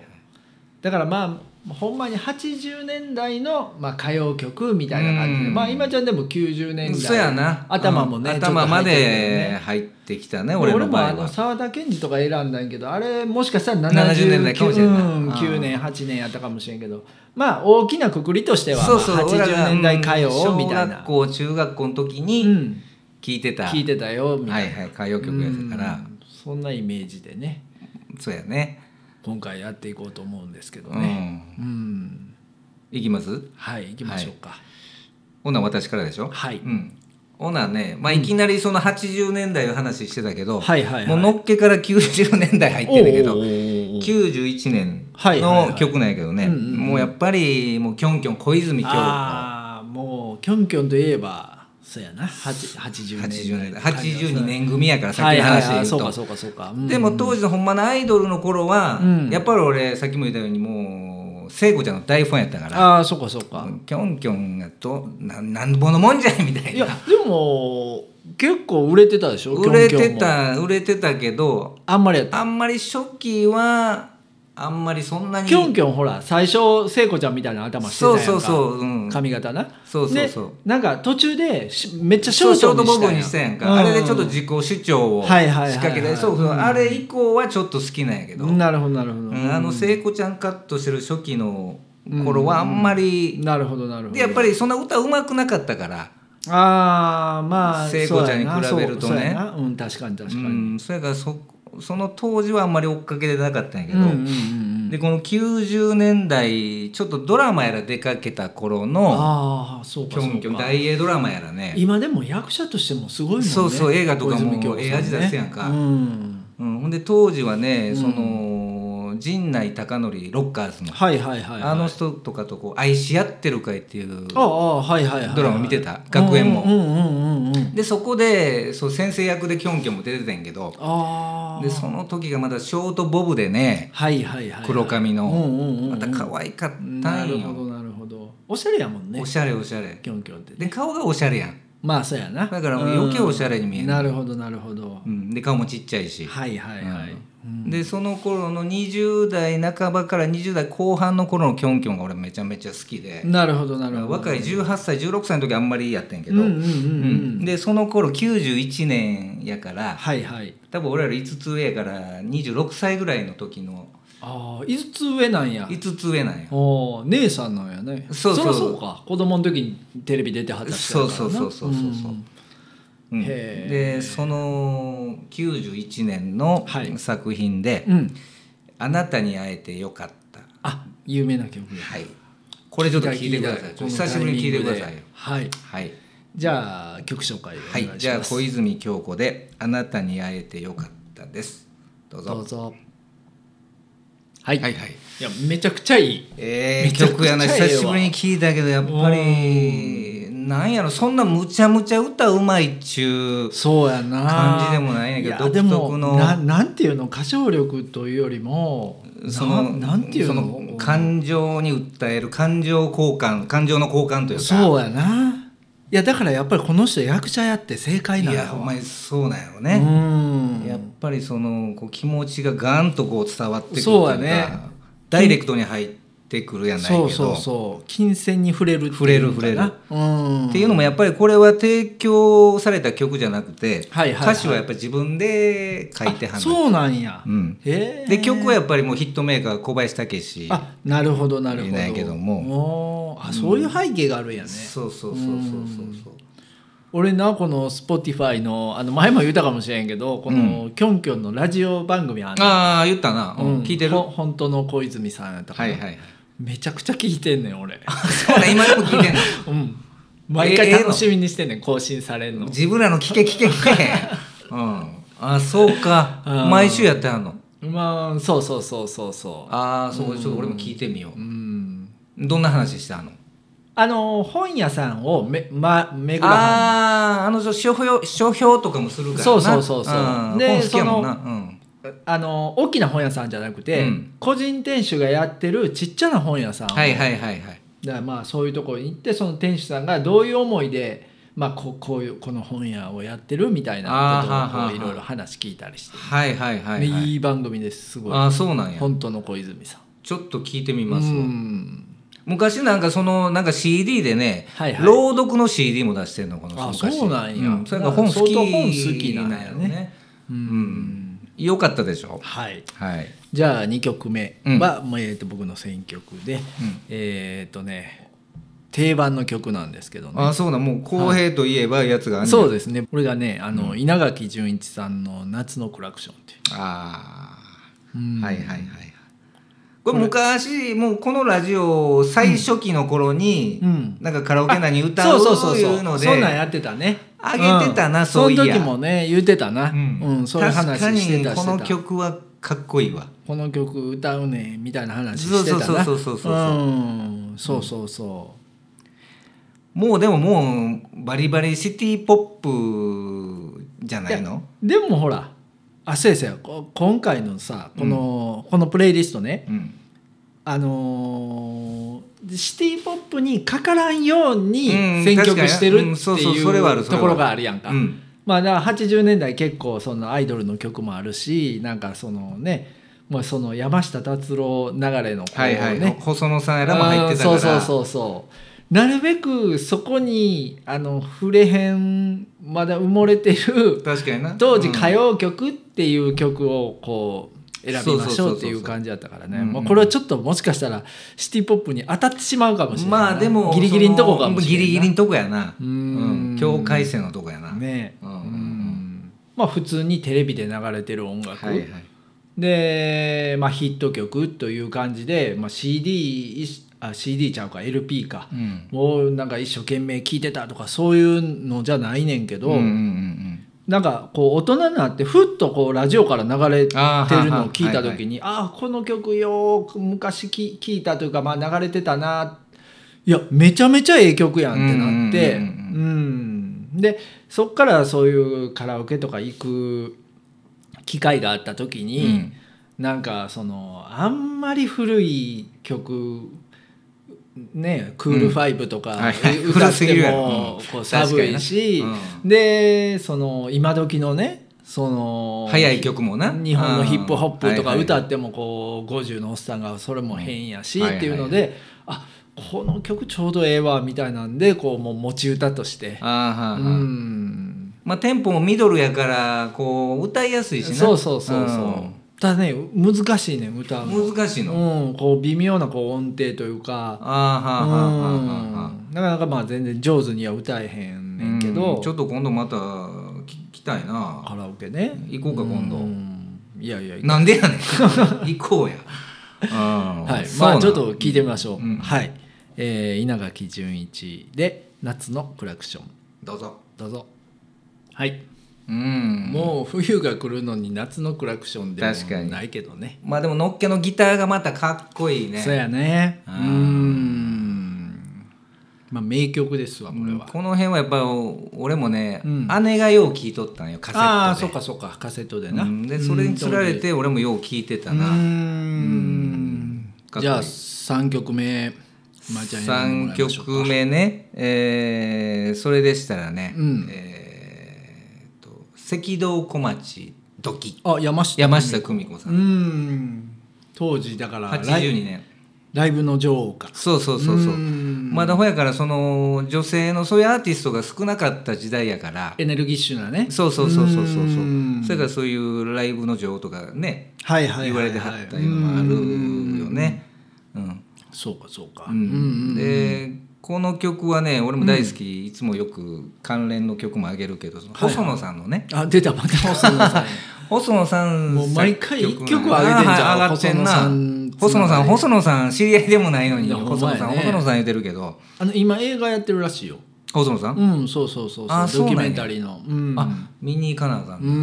だからまあほんまに80年代の、まあ、歌謡曲みたいな感じで、
うん
まあ今ちゃんでも90年代
そうやな
頭もね、
うん
ちょっと
頭
入
ま
ってるよね
で入ってきたね
俺
俺の
も
場合
あの
は
沢田研二とか選んだんやけどあれもしかしたら
70年代かもしれんな
うん
あー
9年8年やったかもしれんけどまあ大きなくくりとしては
そうそう
まあ
俺らが
80年代歌謡
うん
みたいな
小学校中学校の時
う
に
ん
聞いてた
聞いてたよみ
は
たい
い
な、
はい歌謡曲やったから
うんそんなイメージでね
そうやね
今回やっていこうと思うんですけど
う
ね
ん
うん、
いきます
はい行きましょうか
ほな私からでしょ
はい、
うんほなねまあいきなりその80年代の話してたけど
はいはいはい
もうのっけから90年代入ってんだけ
おう
ど
おうおうおう
91年
はいはいは
の
い
曲なんやけどね
うんうんうん
もうやっぱりもうキョンキョン小泉今日
ああもうキョンキョンといえばそうやな8
80
80年
年代
代
82年組やからさっ
は
き
い
の
はい
話で
は
言う
い、そうか
と
そうかそうか、
でも当
時
時のほんまのアイドルの頃は
うん
やっぱり俺さっきも言ったようにもう聖子ちゃんの大ファンやったから
ああそうかそうか、
キョンキョンがとななんぼのもんじゃいみたい
いや
な
でも結構売れてたでしょ
売れて
キョンキョンも
た売れてたけど
あんまりやった
あんまり初期はあんまりそんなに
キョンキョンほら最初聖子ちゃんみたいな頭してたや
そ
ん
う
か
そうそう、うん、
髪型な
そうそうそう
でなんか途中でしめっちゃシ
ショ
ョ
ー
ー
ト
ト
ボブ
に
に
し
したた
や
や
ん
んか、あれでちょっ
う
と
ん
自己主張を仕
はいはいはいはい
掛けたりそうそう
うん
あれ以降はちょっと好きなんやけど、
なるほどなるほど、
うんあの聖子ちゃんカットしてる初期の頃はあんまり、
なるほどなるほど
でやっぱりそんな歌うまくなかったから、
ああまあ
聖子ちゃんに比べるとね
そうやなそうそうやなうん確かに確
う
かに、うん
ん、それからそその当時はあんまり追っかけてなかったんやけ
う
ど、
んうんうんうんうん
でこの90年代ちょっとドラマやら出かけた頃の
ああそう
キ
かそう
ョ
か
ンキョン大英ドラマやらね、
今でも役者としてもすごいもんね
そうそう映画とかも
小泉今日子さんね
ええ味出すやんか
うん
うん、ほんで当時はね、
うん
その陣内孝則ロッカーズの、
はいはいはいはい
あの人とかとこう愛し合ってる会っていう
ああはいはいはいはい
ドラマ見てた学園も
うんうんうんうんうん
でそこでそう先生役でキョンキョンも出てたんやけど
ああ
でその時がまだショートボブでね
はいはいはい
黒髪の
うんうんうんうん
また可愛かったんよ、
なるほどなるほどおしゃれやもんね
おしゃれおしゃれ
キョンキョンって
で顔がおしゃれやん、
まあそうやな
だからもう余計おしゃれに見える
うんなるほどなるほど
うん、で顔もちっちゃいし、
はいはいはいうん
でその頃の20代半ばから20代後半の頃のキョンキョンが俺めちゃめちゃ好きで、
なるほどなるほど
若い18歳16歳の時あんまりやってんけ
うん
ど、
うんうんうん
でその頃91年やから
はいはい
多分俺ら5つ上やから26歳ぐらいの時の
ああ5つ上なんや
5つ上なんよ
おー姉さんなんやね
そうそう
らそうか子供の時にテレビ出てはった人やから
そ
な
うそうそうそうそうそうんうん
へー
でその91年の
はい
作品で
うん、
「あなたに会えてよかった
あ有名な曲」
はいこれちょっと聞いてくださいちょっと久しぶりに聞いてくださいよ
はい
はい、
じゃあ曲紹介お
は
願いし
い
ま、す
じゃあ小泉京子で「あなたに会えてよかった」ですどうぞ
どうぞはい、、
はいいはい
やめちゃくちゃいい
え
め
ー、
ちゃくちゃ
曲やな
ええわ
久しぶりに聞いたけどやっぱりなんやろそんなむちゃむちゃ歌うまいっちゅう
そうやな
感じでもないんやけど
や
独特の
でもななんていうの歌唱力というよりも
その
ななんていう
そ
の
の感情に訴える感情交換感情の交換というか
そうやないやだからやっぱりこの人役者やって正解なん
い
だ
やお前そうなんやろ
う
ね、
ん
やっぱりそのこう気持ちがガンとこう伝わってくるという
そう
か
やね
ダイレクトに入ってくるやないけど
そうそうそう金銭に触れるっていうのかな
触れる触れる
うん
っていうのもやっぱりこれは提供された曲じゃなくて、
はいはいはい
歌詞はやっぱり自分で書いてはんの
あそうなんや、
うん
へえ
で曲はやっぱりもうヒットメーカー小林武史
あなるほどなるほ
い
ど
ないけど
もあそういう背景があるんやね、
そうそうそうそうそう
俺なこの Spotify のあの前も言ったかもしれんけどこのキョンキョンのラジオ番組あん
そう
の
ああ言ったな、うん
うん
聞いてる
ほ
は
本当の小泉さんやったか
い
ら、
はい
めちゃくちゃ聞いてんね
(laughs)
ん俺
そうだ今でも聞いてんの
うん毎回楽しみにしてんねん更新されんの
自分らの聞け聞け聞
(laughs)
けうんあそうか
あー
毎週やってはんの
まあそうそうそうそうそう
ああそうちょっと俺も聞いてみよう
うん
どんな話してはんの
あの本屋さんをめ、ま、巡らはん
あああの人書評書評とかもするからな
そうそうそうそうんで
本好きやもんなうん
あの大きな本屋さんじゃなくて、
うん
個人店主がやってるちっちゃな本屋さんを
はいはいはいはい
だからまあそういうところに行ってその店主さんがどういう思いで、まあ、ここういうこの本屋をやってるみたいな
あー
ことを
はーはーはー
こういろいろ話聞いたりして、
はいはいはいい
い
はい
番組ですすごい
ああそうなんや
本当の小泉さん。
ちょっと聞いてみますわ
うん
昔なんかそのなんか CD でね、
はいはい
朗読の CD も出してんのこの
あ
人昔
そうなんや
うそれが本好き
相当本好きなんやね
う、
うんん
よかったでしょ
はい、
はい
じゃあ2曲目
うん
は、もうえー、と僕の選曲で、えっ、とね定番の曲なんですけどね
あそうだもう公平といえばやつがあんねん
そうですねこれがねあの、稲垣潤一さんの「夏のクラクション」っていう
あ
う
ー
ん
はいはいはいはいこれ昔もうこのラジオ最初期の頃に、
うん
なんかカラオケなに歌
そう
う
そうそう
い
そう
うので
そんなんやってたね
あげてたなんそういや
その時もね言ってたな、
う
うんんそういう話してた
確かにこの
してた
曲はかっこいいわ
この曲歌うねみたいな話してたな
そうそうそうそうそうそ
うんそうそうそ
もうでももうバリバリシティポップじゃないの
うでもほらあ先生こ今回のさこの、このプレイリストね
うん、
あのーシティ・ポップにかからんように
うん
選曲してるっ
確か
て
にうんそうそう
い
それはある
う
それはある
ところがあるやんか、
うん、
まあ、だから80年代結構そのアイドルの曲もあるしなんかそのねもうその山下達郎流れのこう
はいはい、
ね
細野さんやらも入ってたか
う
ら
んそうそうそうそうなるべくそこにあの触れへんまだ埋もれてる
確かにな
当時歌
通
謡曲っていう曲をこう選びましょうっていう感じだったから
そうそうそうそう
ね
うんうん
まあこれはちょっともしかしたらシティ・ポップに当たってしまうかもしれないな
まあでも
ギリギリのとこかもしれない
ギリギリのとこやな
うーん
うん境界線のとこやな、
ね
うんうんうん
うんまあ普通にテレビで流れてる音楽、
はいはい
で、まあ、ヒット曲という感じで、まあ、CD いしあ CD ちゃうか LP か、
うん
もうなんか一生懸命聴いてたとかそういうのじゃないねんけど、
うんうんうん
なんかこう大人になってふっとこうラジオから流れてる
あーはあは
の
あ
を聞いた時にああーこの曲よーく昔き聞いたというかまあ流れてたないやめちゃめちゃええ曲やんってなって
う
うんん
うん
でそっからそういうカラオケとか行く機会があった時
うん
に、なんかそのあんまり古い曲ねクールファイブと
う
か
んはいはい
歌
古
っても
すぎるやんうん
こう
確か
寒
にない
し
う
でその今時のねその
早い曲もな
日本のヒップホップとか
うんはいはい
歌ってもこう50のおっさんがそれも変やし
うん
っていうの
は
であこの曲ちょうどええわみたいなんでこうもう持ち歌として
ああはあ
う
はあ
ん
まあテンポもミドルやからこう歌いやすいしな
そうそうそうそう、ただね難しいね歌うの
うん難しいの、
うん、こう微妙なこう音程という
ああはあ
か
はあはあはあ
うんなかなかまあ全然上手には歌えへんねんけど、
うんちょっと今度また聞きたいな
カラオケね
行こうか今度
んいやいや行こ
なんでやね
(laughs)
ん行こうや、
う
は
はいまあちょっと聞いてみましょ
う
う、
ん
はい、えー、稲垣潤一で「夏のクラクション
どうぞ」
どうぞはい、
うん
もう冬が来るのに夏のクラクションでも
確かに
ないけどね
まあでものっけのギターがまたかっこいいね
(laughs) そうやねう
あー
んまあ名曲ですわこれ
うん
は、
この辺はやっぱお俺もね、
うん
姉がよう聞いとったんよカセットで
ああーそうかそうかカセットでな、
うんでそれにつられて俺もよう聞いてたな、
うーん
かっこいい
じゃあ3曲目まーちゃん選
3
んでもらいましょうか
曲目ね、えーそれでしたらね、
うん
えーと赤道小町ドキ
あ山下
山下久美子さ、
うんーん当時だからライ
82年
ライブの女王か
そうそうそうそう
ーん
まだほやからその女性のそういうアーティストが少なかった時代やから
エネルギッシュなね
そうそうそうそうそうそう
ーん
それからそういうライブの女王とかね
はいはい
言わ
は
れ
いい
てはったいうのもあるよねうん
うーんそうかそうか
う
うんうんん
でこの曲はね俺も大好き、いつもよく関連の曲もあげるけど、細野さんのね
あ出たまた細
(laughs)
野さん
細野さん
もう毎回一曲は上げてんじゃん
あーはい上がってんな
細野さ
細野さん
んつながり
細野さん知り合いでもないのに
いやほん
細
ま
野
やね
さん細野さん言うてるけど
あの今映画やってるらしいよ
細野さん、
うんそうそうそう
あそう
ド
な
キ
んや
ュメンタリーのうん
あ見に行かなあかん
う、ん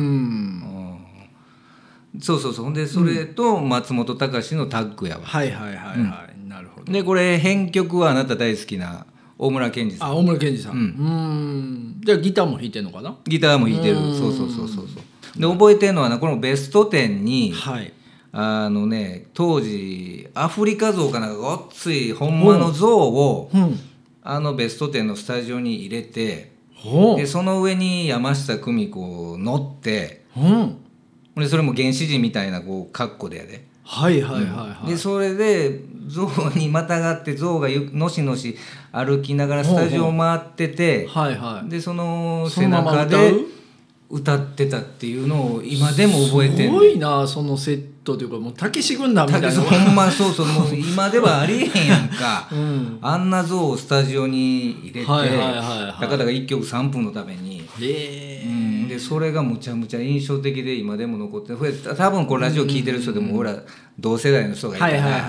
うんそうそうそうほんでそれと松本隆のタッグやわ、
はいはいはいはい、なるほど
でこれ編曲はあなた大好きな大村健二さん
あ大村健二さん
う
うんんじゃあギターも弾いてんのかな
ギターも弾いてる
うん
そうそうそうそうそうで覚えてるのはなこのベスト10に
はい
あのね当時アフリカ像かなんかごっついほんまの像を
うん
あのベスト10のスタジオに入れて
ほ
でその上に山下久美子乗って
ううん
でそれも原始人みたいなこう格好でやで
はいはいはいはい、
でそれで象にまたがって象がゆのしのし歩きながらスタジオを回ってて
はいはい
でその
そ
背
のまま
中
歌
で
う
歌ってたっていうのを今でも覚えて
す
ん
ごいなそのセットというかもうたけし軍団みた
た
い
け
な
しほんまそうそうもう今ではありえへんやんか
うん
あんな像をスタジオに入れて
はいはいはいはい
たかだか1曲3分のために。
へ
う
え
ん、でそれがむちゃむちゃ印象的で今でも残ってるこれ多分これラジオ聞いてる人でも俺ら同世代の人がいた
はいはいはい
ら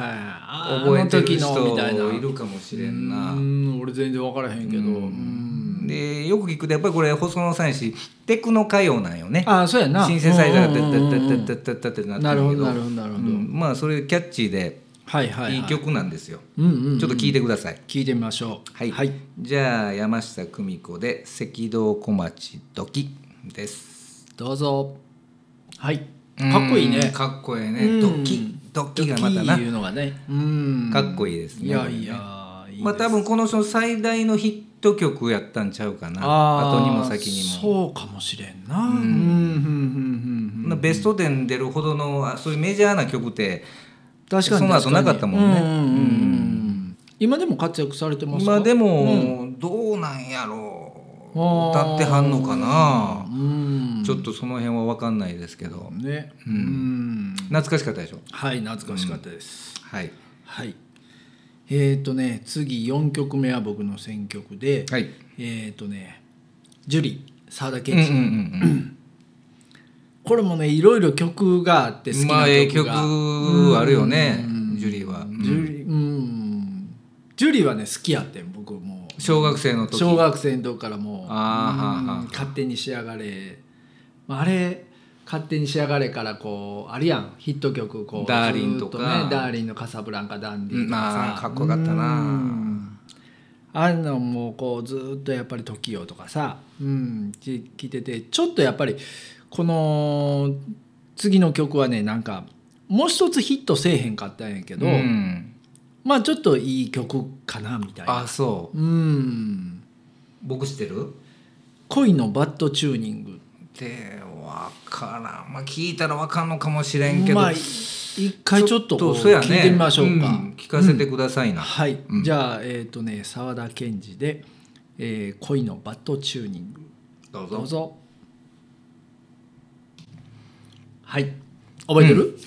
あ
覚えてる
あの時のみたいな
人いるかもしれんな
う。ん俺全然分からへんけどうん
でよく聞くとやっぱりこれ細野さんやしテクノ歌謡なんよね。
あそうやな
シンセサイザーが
うん
タ
う
ッ
ん
タ
うんうん
ッタッタッタッタッタッってなって
なる
る
ほ
け
ど
ど
なるほどなるほ
う
ど、
んまあそれキャッチーで
はいはい、はい、
いい曲なんですよ。
うんうんうん
ちょっと聞いてください。
聞いてみましょう
はい、
はい
じゃあ山下久美子で赤道小町ドキです。
どうぞはいかっこいいね
うんかっこいい
う
ね。
ん
ドキドキがまたな
ドキ。いうのがねうん
かっこいいですね
いやいやいい
まあ多分この人の最大のヒット曲やったんちゃうかな。
ー
後にも先にも。
そうかもしれんなうんうんうんうん
ベスト10出るほどのあそういうメジャーな曲って
確かに
その後
確に
なかったもんね
うんうんうんうん今でも活躍されてますか
今でもどうなんやろう、
あー
歌ってはんのかな
う、ん
ちょっとその辺は分かんないですけど
ね
う
うんん
懐かしかったでしょ
はい懐かしかったです
はい
はい。えっ、ー、とね、次四曲目は僕の選曲で、
はい
えっ、ー、とね、ジュリー、沢田
うんうん
研二、
うんうん
これもねいろいろ曲があって好きな曲が、
まあええ曲あるよね
うん
ジュリーはうん
ジュリーうんジュリーはね好きやってん僕もう
小学生の時
小学生の時からもう
あーはーはー
うん勝手に仕上がれ」まああれ「勝手に仕上がれ」からこうあるやんヒット曲こう
ダーリンとか
ずーっね「ダーリンのカサブランカ」「ダンディ」とかさ、
まあかっこよかった
う
なん
あんのもこうずーっとやっぱり「TOKIO」とかさ、うん、き聞いててちょっとやっぱりこの次の曲はねなんかもう一つヒットせえへんかったんやけど、
うん
まあちょっといい曲かなみたいな。
あそう
うん
僕知ってる
恋のバッドチューニング
でわからんまあ聞いたらわかんのかもしれんけど
まあい一回ちょっとこう
そうやね
聞いてみましょうか、
ん聞かせてくださいな
はい、
うん
じゃあえっ、とね澤田研二で、えー恋のバッドチューニング」
どう
どう
ぞ
ぞはい覚えてる、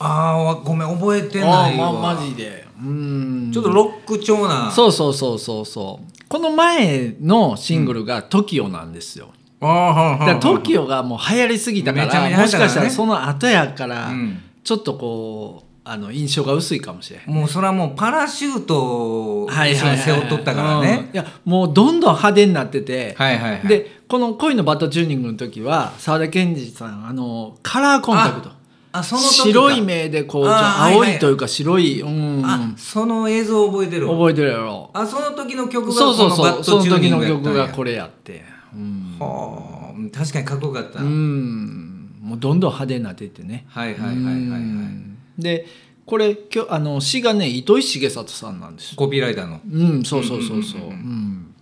あーわごめん覚えて
あ
ない
ー
わ
まマジでうん
ちょっとロック調な
そうそうそうそうそうこの前のシングルが TOKIO なんですよ、
あーはんはんは
だ
ん
から TOKIO がもう流行りすぎたから
めちゃめちゃ流行
も
っ
した
からね
かしたらその後やから、
うん
ちょっとこうあの印象が薄いかもしれへん
もうそれはもうパラシュートを後
はいはい
ろ
はい
に背負っとったから
うん
ね
いやもうどんどん派手になってて、
はいはいはい
でこの「恋のバッドチューニング」の時は澤田研二さんあのカラーコンタクト
あその時か
白い目でこうちょ
あーはい
青
はい
いというか白い、うん
あその映像覚えてる
覚えてるやろ
あその時の曲が
そうそう
この
そ
バ
う
ッ
そ
ド
の
チューニ
時
ン
の
グやった
曲
んや
がこれやってうん、
はあ確かにかっこよかった、
うん、もうどんどん派手になっていってね
はいはいはいはいは
う
い
んでこれきょあの詩がね糸井重里さんなんですよ
コピーライターの
うんそうそうそうそう,、
う
うんん
うんうん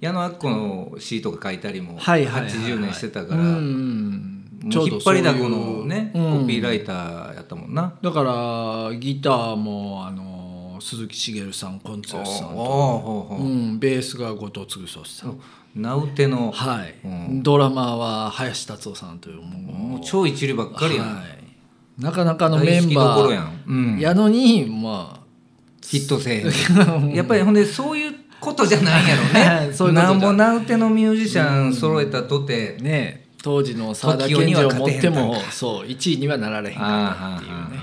矢野あっこの詩とか書いたりも
はいはいはいはい、
80年してたから、
うんうん
もう引っ張りだこのねコピーラ
イ
イターやったもんな、
だからギターもあの鈴木茂さんコンツヨシさんと、
おおほうほ
う
う、
ん、ベースが後藤嗣俊さん
ナウテの、
はい、
うん
ドラマーは林達夫さんというもう
もう超一流ばっかりやん、
はい、なかなかの
大
メ
好
ン
きど
バ
ころや
ー
ん、うん、
やのにま
ヒットせえへん (laughs) やっぱりほんでそういうことじゃないんやろね (laughs)
はいそういうことじ
な
ゃ
んぼナウテのミュージシャン揃えたとて、
あね当時の沢田
TOKIO
研
に
二
は
を
勝
持
て
っ
へんか
て
った
もそう1位にはなられへんかったっていう
あー
ね
はんはんはんはん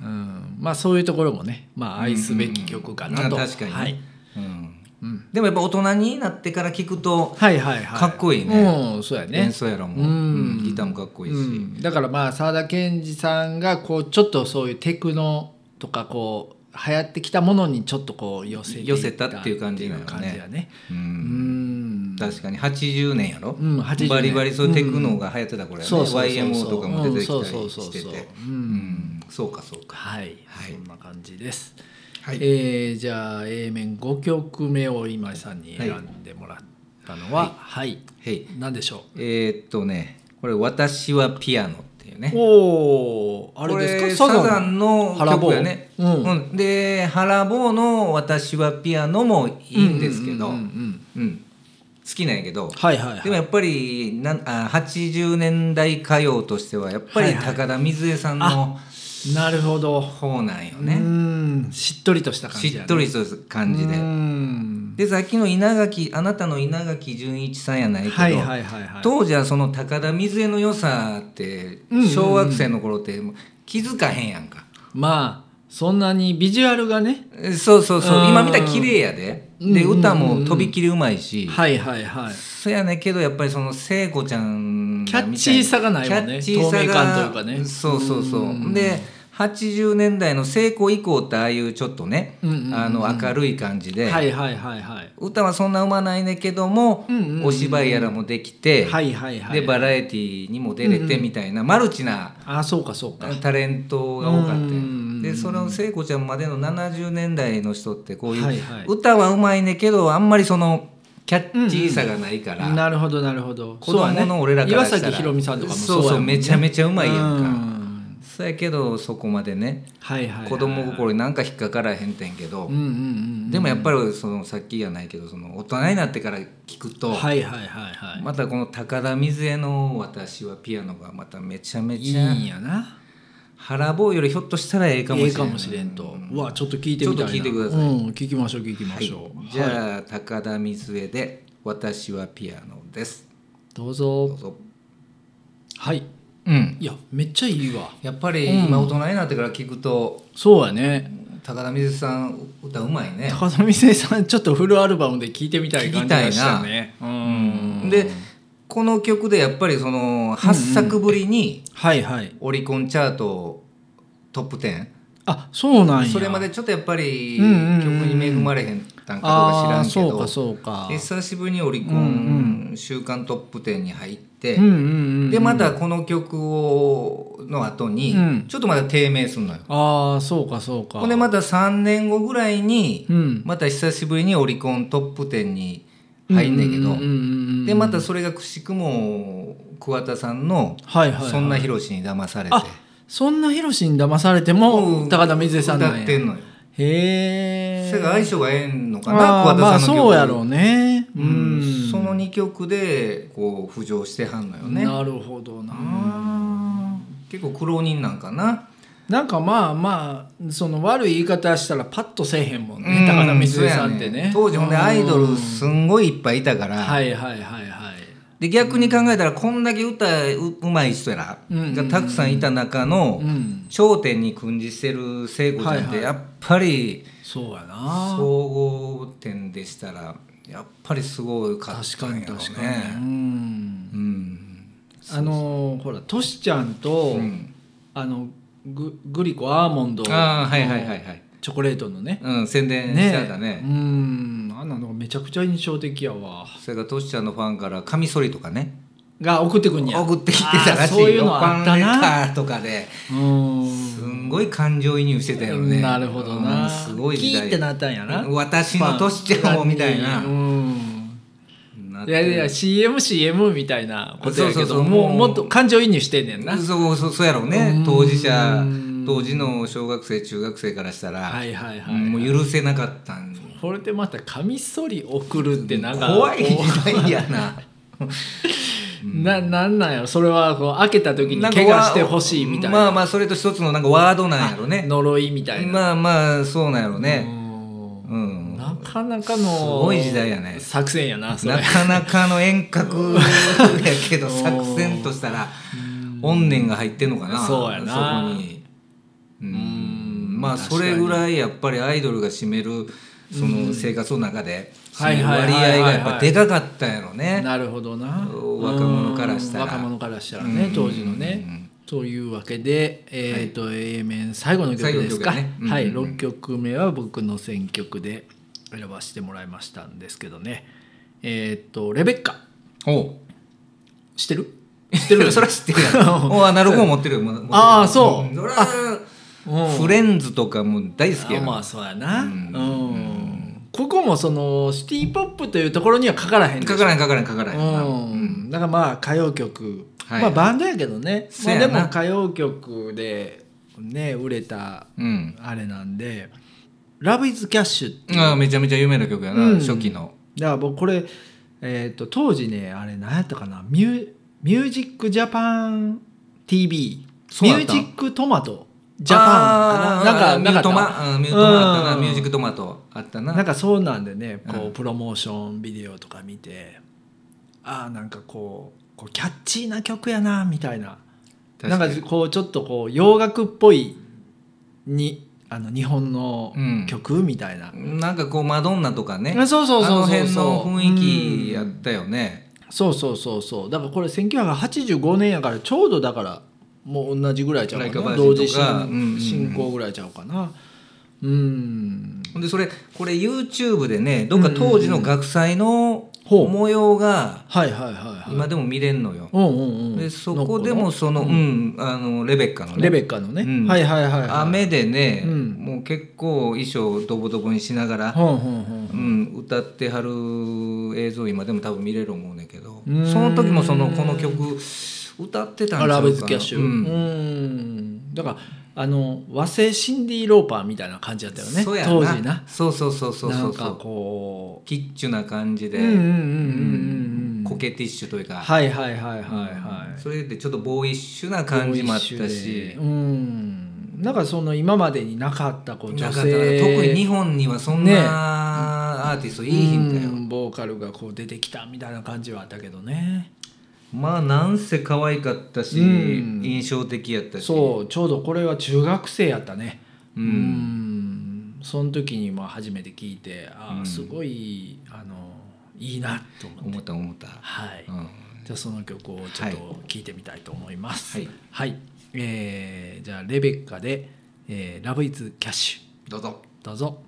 うん、まあそういうところもね、まあ、愛すべき曲かなと、
うん確かにね、
はい、
うん
うん
でもやっぱ大人になってから聞くと
はいはいはい
かっこいいね
うんそうやね
演奏やらも、
うん
ギターもかっこいいし、
うんだからまあ澤田研二さんがこうちょっとそういうテクノとかこう流行ってきたものにちょっとこう寄せてい
寄せたっていう感じなのね
感じやね
う
うんん
確かに80年やろ、
うん80年
バリバリそういうテクノが流行ってたこれね、
そうそうそうそう
YMO とかも出てきたり
うんそうそう
し
そう
て
そう
て
うん
うんそうかそうか
はい、
はい
そんな感じです、
は
えーじゃあ A 面5曲目を今井さんに選んでもらったのははい、
はい
何でしょう
えーっとねこれ「私はピアノ」っていうね
おおあれですか
これサザンの曲やね、
ハラボーうん
うんで「ハラボーの私はピアノ」もいいんですけど、
うんうんうんうん
うん好きなんやけど、
はいはいはい
でもやっぱりなんあ80年代歌謡としてはやっぱ
は
り
いはい
高田水江さんの
なるほど、
方なんよ
う
ね、
んしっとりとした感じ
し
やね
っとりとした感じで。
うん
でさっきの稲垣あなたの稲垣純一さんやないけど、
はいはいはいはい
当時はその高田水江の良さって
うんうんうん
小学生の頃ってもう気づかへんやんか、
まあそんなにビジュアルがね
えそうそうそう
うん
今見たら綺麗やでで
うんうんうん
歌もとびきりうまいし、
はいはいはい
そやねんけどやっぱりその聖子ちゃん
キャッチーさがないわね
キャッチーさが
透明感というかね
そうそうそう
うん
で80年代の聖子以降ってああいうちょっとね、
うんうんうんうん
あの明るい感じで、
はいはいはいはい
歌はそんなうまないねんけども、
うんうんうんうん
お芝居やらもできて、
はいはいはい
でバラエティーにも出れてみたいな、マルチな
あそうかそうか
タレントが多かったよ
うん
でその聖子ちゃんまでの70年代の人ってこういう、
はいはい
歌はうまいねんけどあんまりそのキャッチーさがないから、
なるほどなるほど
子供の俺らからした
そう
ら、
やね岩崎宏美さんとかも
そう
や
そう
もんね
めちゃめちゃうまいやんか、
うん
そやけどそこまでね
はいはいはい
子供心になんか引っかからへんてんけど、
うんうんうん
でもやっぱりそのさっきやないけどその大人になってから聞くと、
はいはいはいはい
またこの高田水江の「私はピアノ」がまためちゃめ
いい
ちゃ
んやな
腹棒よりひょっとしたらええかもしれ
え
ん
えかもしれんと、うわちょっと聞いてみたいな
ちょっと聞いてください
うん、聞きましょう聞きましょう、
じゃあ、高田水江で「私はピアノ」です
どう
どう
ぞ
ぞ
はい
うん
いやめっちゃいいわ
やっぱり今大人になってから聞くと、
そうやね
高田水さん歌うまいね、
高田美生さんちょっとフルアルバムで聴いてみたい感じがしたねうん
でこの曲でやっぱりその8作ぶりに
はいはい
オリコンチャートトップ10、
あそうなんや
それまでちょっとやっぱり
う
曲
んうんうんうん
に恵まれへんたんかどうか知
あ
ら
あ
んけ
そうか
ど
そうか
で久しぶりにオリコ
うん
ン週間トップ10に入って、
うんうんうんうん
でまたこの曲をの後に
うん
ちょっとまた低迷するのよ。
ああそうかそうか
ほんでまた3年後ぐらいに
うん
また久しぶりにオリコントップ10に入んねんけど、
うんうんうんうん
でまたそれがくしくも桑田さんの
はいはい、
「
はい、
そんな広しに騙されて」
あそんなヒロシに騙されても高田水江さんなん
歌
や
ってんのよ。
へえ
それが相性がええんのかな
あ
桑
ー
田さんの曲
まあそうやろうねう
うんん、その2曲でこう浮上してはんのよね
なるほどな、
結構苦労人なんかな、
なんかまあまあその悪い言い方したらパッとせえへんもんね、
うん
高田水江さんってね
そうや当時ほんでアイド
う
ル
ん
すんごいいっぱいいたから、
はいはいはいはい
で逆に考えたらこんだけ歌ううまい人やな、
うん
がたくさんいた中の
うん
頂点に君臨してる聖子ちゃんっ
はいは
て
い
やっぱり
そうや
総
な
合点でしたらやっぱりすごかっ
確
た
か
ん
に
やろうね。
確かに、うん
うん
あのーほらトシちゃんと、
うん、
あのググリコアーモンドの
ああはいはいはいはい、
チョコレートのね
うん、宣伝してはったね
うんあんなのがめちゃくちゃ印象的やわ
それからトシちゃんのファンからカミソリとかね
が送ってくんや
送ってきてたらしいよ
あーそういうのあったな
ファンレターとかで
うん
すんごい感情移入してたよね
なるほど
う
なん
すごい時
キー
代
ってなったんやな
私のトシちゃんをみたいな
うん
なっ
い
て
やいや
そ
CMCM みたいなことやけ
そ
ど
うそうそう
もう
もう
もっと感情移入してんねんな
うそうそうやろう
う
ね
ん
当事者当時の小学生中学生からしたら、
はいはいはい、
もう許せなかったん
これでまたカミソリ送るってなんか
怖い
こう
時代や
(laughs)
な
ななんなんやろそれはこう開けた時に
なんか
怪我してほしいみたいな
まあまあそれと一つのなんかワードなんやろね
呪いみたいな、
まあまあそうなんやろ
う
ね
ん
うん
なかなかの
すごい時代やね
作戦やなそれ
なかなかの遠隔 (laughs) やけど作戦としたら怨念が入ってんのかな
そうやな
そこにうん
ん
まあ
確か
そ
に
れぐらいやっぱりアイドルが占めるその生活の中で
は
占
い
める
はいはい
割
はいはい
合がやっぱでかかったんやろね
(laughs) なるほどな
若者からしたら
うん若者からしたらね当時のねというわけで、えーと A 面最後の曲ですか、
最後の曲やねうん
はい
うんうん
6曲目は僕の選曲で選ばせてもらいましたんですけどねえっ、とレベッカ
お
知ってる
知ってる (laughs) それは知ってるやんおアナログも持ってるよも持ってるよ
あーそうん
それはフレンズとかも大好きや
あ
ん
まあそうやなう
うんん、
ここもそのシティポップというところにはかからへんでしょ
かからんかからんかからんな
うん
うん
だからまあ歌謡曲、
はい
まあバンドやけどね、
そ
ま
う
あ、
や
で
な
も歌謡曲でね売れた
うん
あれなんで「Love is Cash」っていう
ああめちゃめちゃ有名な曲やな、
うん
初期の
だから僕これ、えー、と当時ねあれ何やったかな「ミュミュージックジャパン TV」「
そう
ミ
や
ュ
っ
ー
た
ジックトマトジャパン」かな
あー
なんかなかった
ミュートマあーミュートマあった
う
なんミュージックトマトあったな
なんかそうなんでねこう、
うん
プロモーションビデオとか見てああなんかこうこうキャッチーな曲やなみたいななんか
確
こうちょっとこう洋楽っぽいにあの日本の
うん
曲、みたいな、
になんかこうマドンナとかね
あそうそうそうそう
あの辺の雰囲気や
う
っ
ん
たよね、
そうそうそうそうだからこれ1985年やからちょうどだからもう同じぐらいちゃう
ライカ
か
バ
な
ージン
同
とか
時進,、
うんうんうん
進行ぐらいちゃうかなうん
ほんでそれこれ YouTube でねどっか当時の学祭の
うんうんうん
模様が
はいはいはいはい
今でも見れんのよ、
うんうんうん
でそこでもその、うんあのレベッカのね
レベッカのね、
うん
はいはいはい、はい、
雨でね、
うん
もう結構衣装をドボドボにしながら
ほんほんほん
うん、歌ってはる映像今でも多分見れる思うねんけど
うーん
その時もそのこの曲歌ってたんちゃうかな
ラブズキャッシュ。う
うん
ん。だからあの和製シンディローパーみたいな感じだったよね。
そうやな
当時な。
そうそうそうそう
な
そ
ん
うそ
か
う
こ
キッチュな感じ
う。
で、
うんうんうんうんうんうん。
コケティッシュというか、
はいはいはいはいはい。
それでちょっとボーイッシュな感じもあったし
うん。なんかその今までになかったこう
なか
女
ったな
性
特に日本にはそん
ね
なアーティストいいひんだよ、
うんボーカルがこう出てきたみたいな感じはあったけどね。
まあなんせ可愛かったし、
うん
印象的やったし
そうちょうどこれは中学生やったね
う
うんんその時にまあ初めて聞いてあ
う
あ
ん
すごい、あのいいなと
思
思って
った思った、
はい、
うん、
じゃあその曲をちょっと聞いてみたいと思います
はい、
はいえーじゃあレベッカで「えラブイズキャッシ
どうぞ、
ュどうぞ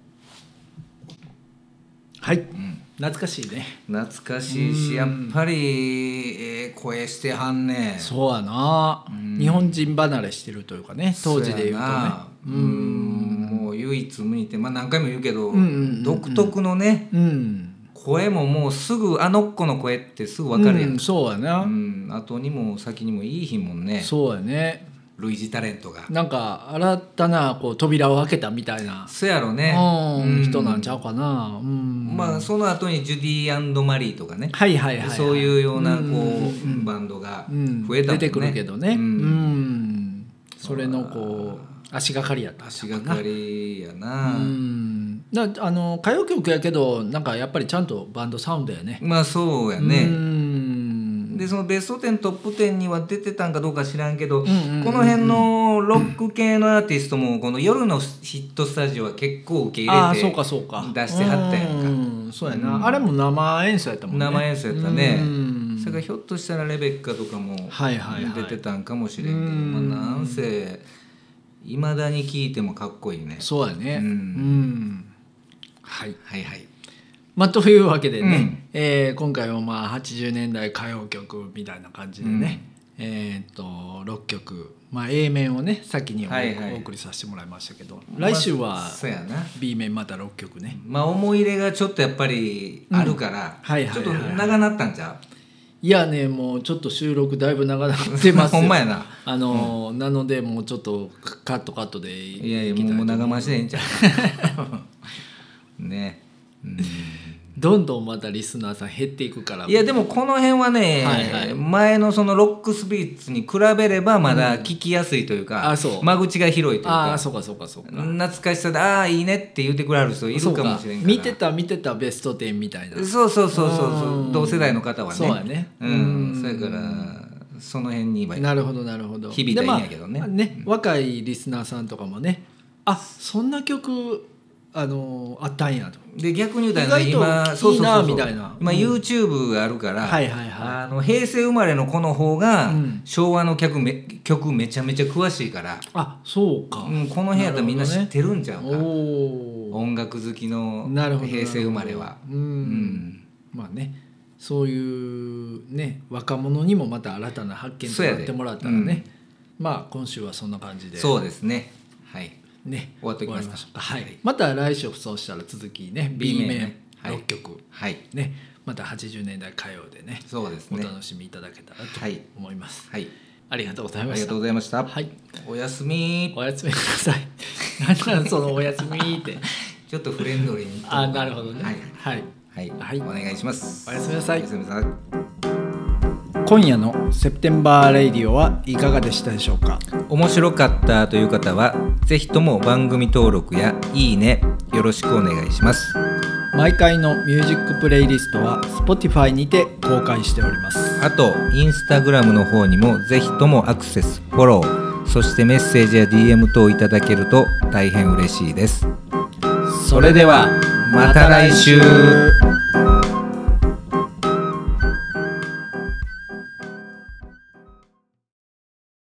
はい
うん、
懐かしいね
懐かしいしやっぱりええ声してはんね
そうやな、
うん
日本人離れしてるというかね当時で言うと
そ
ね
やなう
うんん
もう唯一無二って、まあ、何回も言うけど、
うんうんうんうん
独特のね
うん
声ももうすぐあの子の声ってすぐ分かるやん、う
う
ん
んそうやな、
後にも先にもいい日もんね
そうやね
類似タレントが
なんか新たなこう扉を開けたみたいな、
そやろね
うん
うん
人なんちゃうかな、うん
まあその後にジュディマリーとかね、
はいはいはいはい、
そういうようなこう、
んん
バンドが
うん
増えたもんね
出てくるけどね、う
うんん
それのこう足がかりやった
足がかりやな、
うんだあの歌謡曲やけどなんかやっぱりちゃんとバンドサウンドやね
まあそうや
う
ね、
ん
でそのベスト10トップ10には出てたんかどうか知らんけど、
うんうんうん
この辺のロック系のアーティストもこの夜のヒットスタジオは結構受け
あ
入
あ
れ
そう
て
かそうか
出してはったやんか
うんそうやな、
うん
あれも生演奏やったもんね
生演奏やったね
うん
それからひょっとしたらレベッカとかも
はいはいはい
出てたんかもしれんけど、
うん
まあ、なんせいまだに聴いてもかっこいいね
そうやね
うん
んはい
はいはい
まあ、というわけでね、
うん
えー今回はまあ80年代歌謡曲みたいな感じでね、えーっと6曲、まあ、A 面をね先にお,、
はいはい
送りさせてもらいましたけど来週
まあ
は
そうやな
B 面また6曲ね
まあ思い入れがちょっとやっぱりあるから、
はいはいはいはい
ちょっと長なったんじゃ
いやねもうちょっと収録だいぶ長なってます
(laughs)
よ
ほんまやな
あのー、なのでもうちょっとカットカットで
う
い
いやいや
き
もう
たと
もう
思
長回しでいいんちゃう
(laughs)
ねうん
どんどんまたリスナーさん減っていくから
いやでもこの辺はね、
はいはい
前のそのロックスピリッツに比べればまだ聞きやすいというか、
あそう
間口が広いという
ああ
か
そうかそうかそうか
懐かしさで「ああいいね」って言ってくれる人い
そ
る
う
かもしれんから
見てた見てたベスト10みたいな
そうそうそうそうそう
うん
同世代の方はね
そうやね
うん
うん
それからその辺に今
なるほどなるほど
響いたらいいんやけどね
でまあね若いリスナーさんとかもねあそんな曲あのあったんやと
で逆に言うたらね
意外と
今
いいな
そうそうそうそう
みたいな
今
うん
YouTube があるから、
はいはいはい
あの平成生まれの子の方が、
うん
昭和の曲め曲めちゃめちゃ詳しいから、
あそうか、
うん、この辺やったらみんな知ってるんちゃうか、
お
音楽好きの
お (laughs) なるほど
平成生まれは。
うん、
うん
まあねそういうね若者にもまた新たな発見と
そうや
な
で
ってもらったらね、まあ今週はそんな感じで
そうですねはい
ね
終わっときます
終わり
か
ましょうかはい、
はい
また来週そうしたら続きね
B
B
面
面
ねはい
6曲、
はい
ねまた80年代歌謡でね
そうです
お
ね
楽しみいただけたらと
はい
思います、
はい
ありがとうござい
あ
ま
り
し
がと
た
うございました、
はい
おやすみ
おやすみなさい (laughs) 何なんそのおやすみって
ちょっとフレンドリーに
あなるほどね
はい
はい
はい、
はい
お願いします
おやすみなさい
おやすみなさい
今夜の「セプテンバー・レイディオ」はいかがでしたでしょうか
面白かったという方はぜひとも番組登録やいいねよろしくお願いします
毎回のミュージックプレイリストは Spotify にて公開しております
あとインスタグラムの方にもぜひともアクセスフォローそしてメッセージや DM 等いただけると大変嬉しいです
それでは
また来週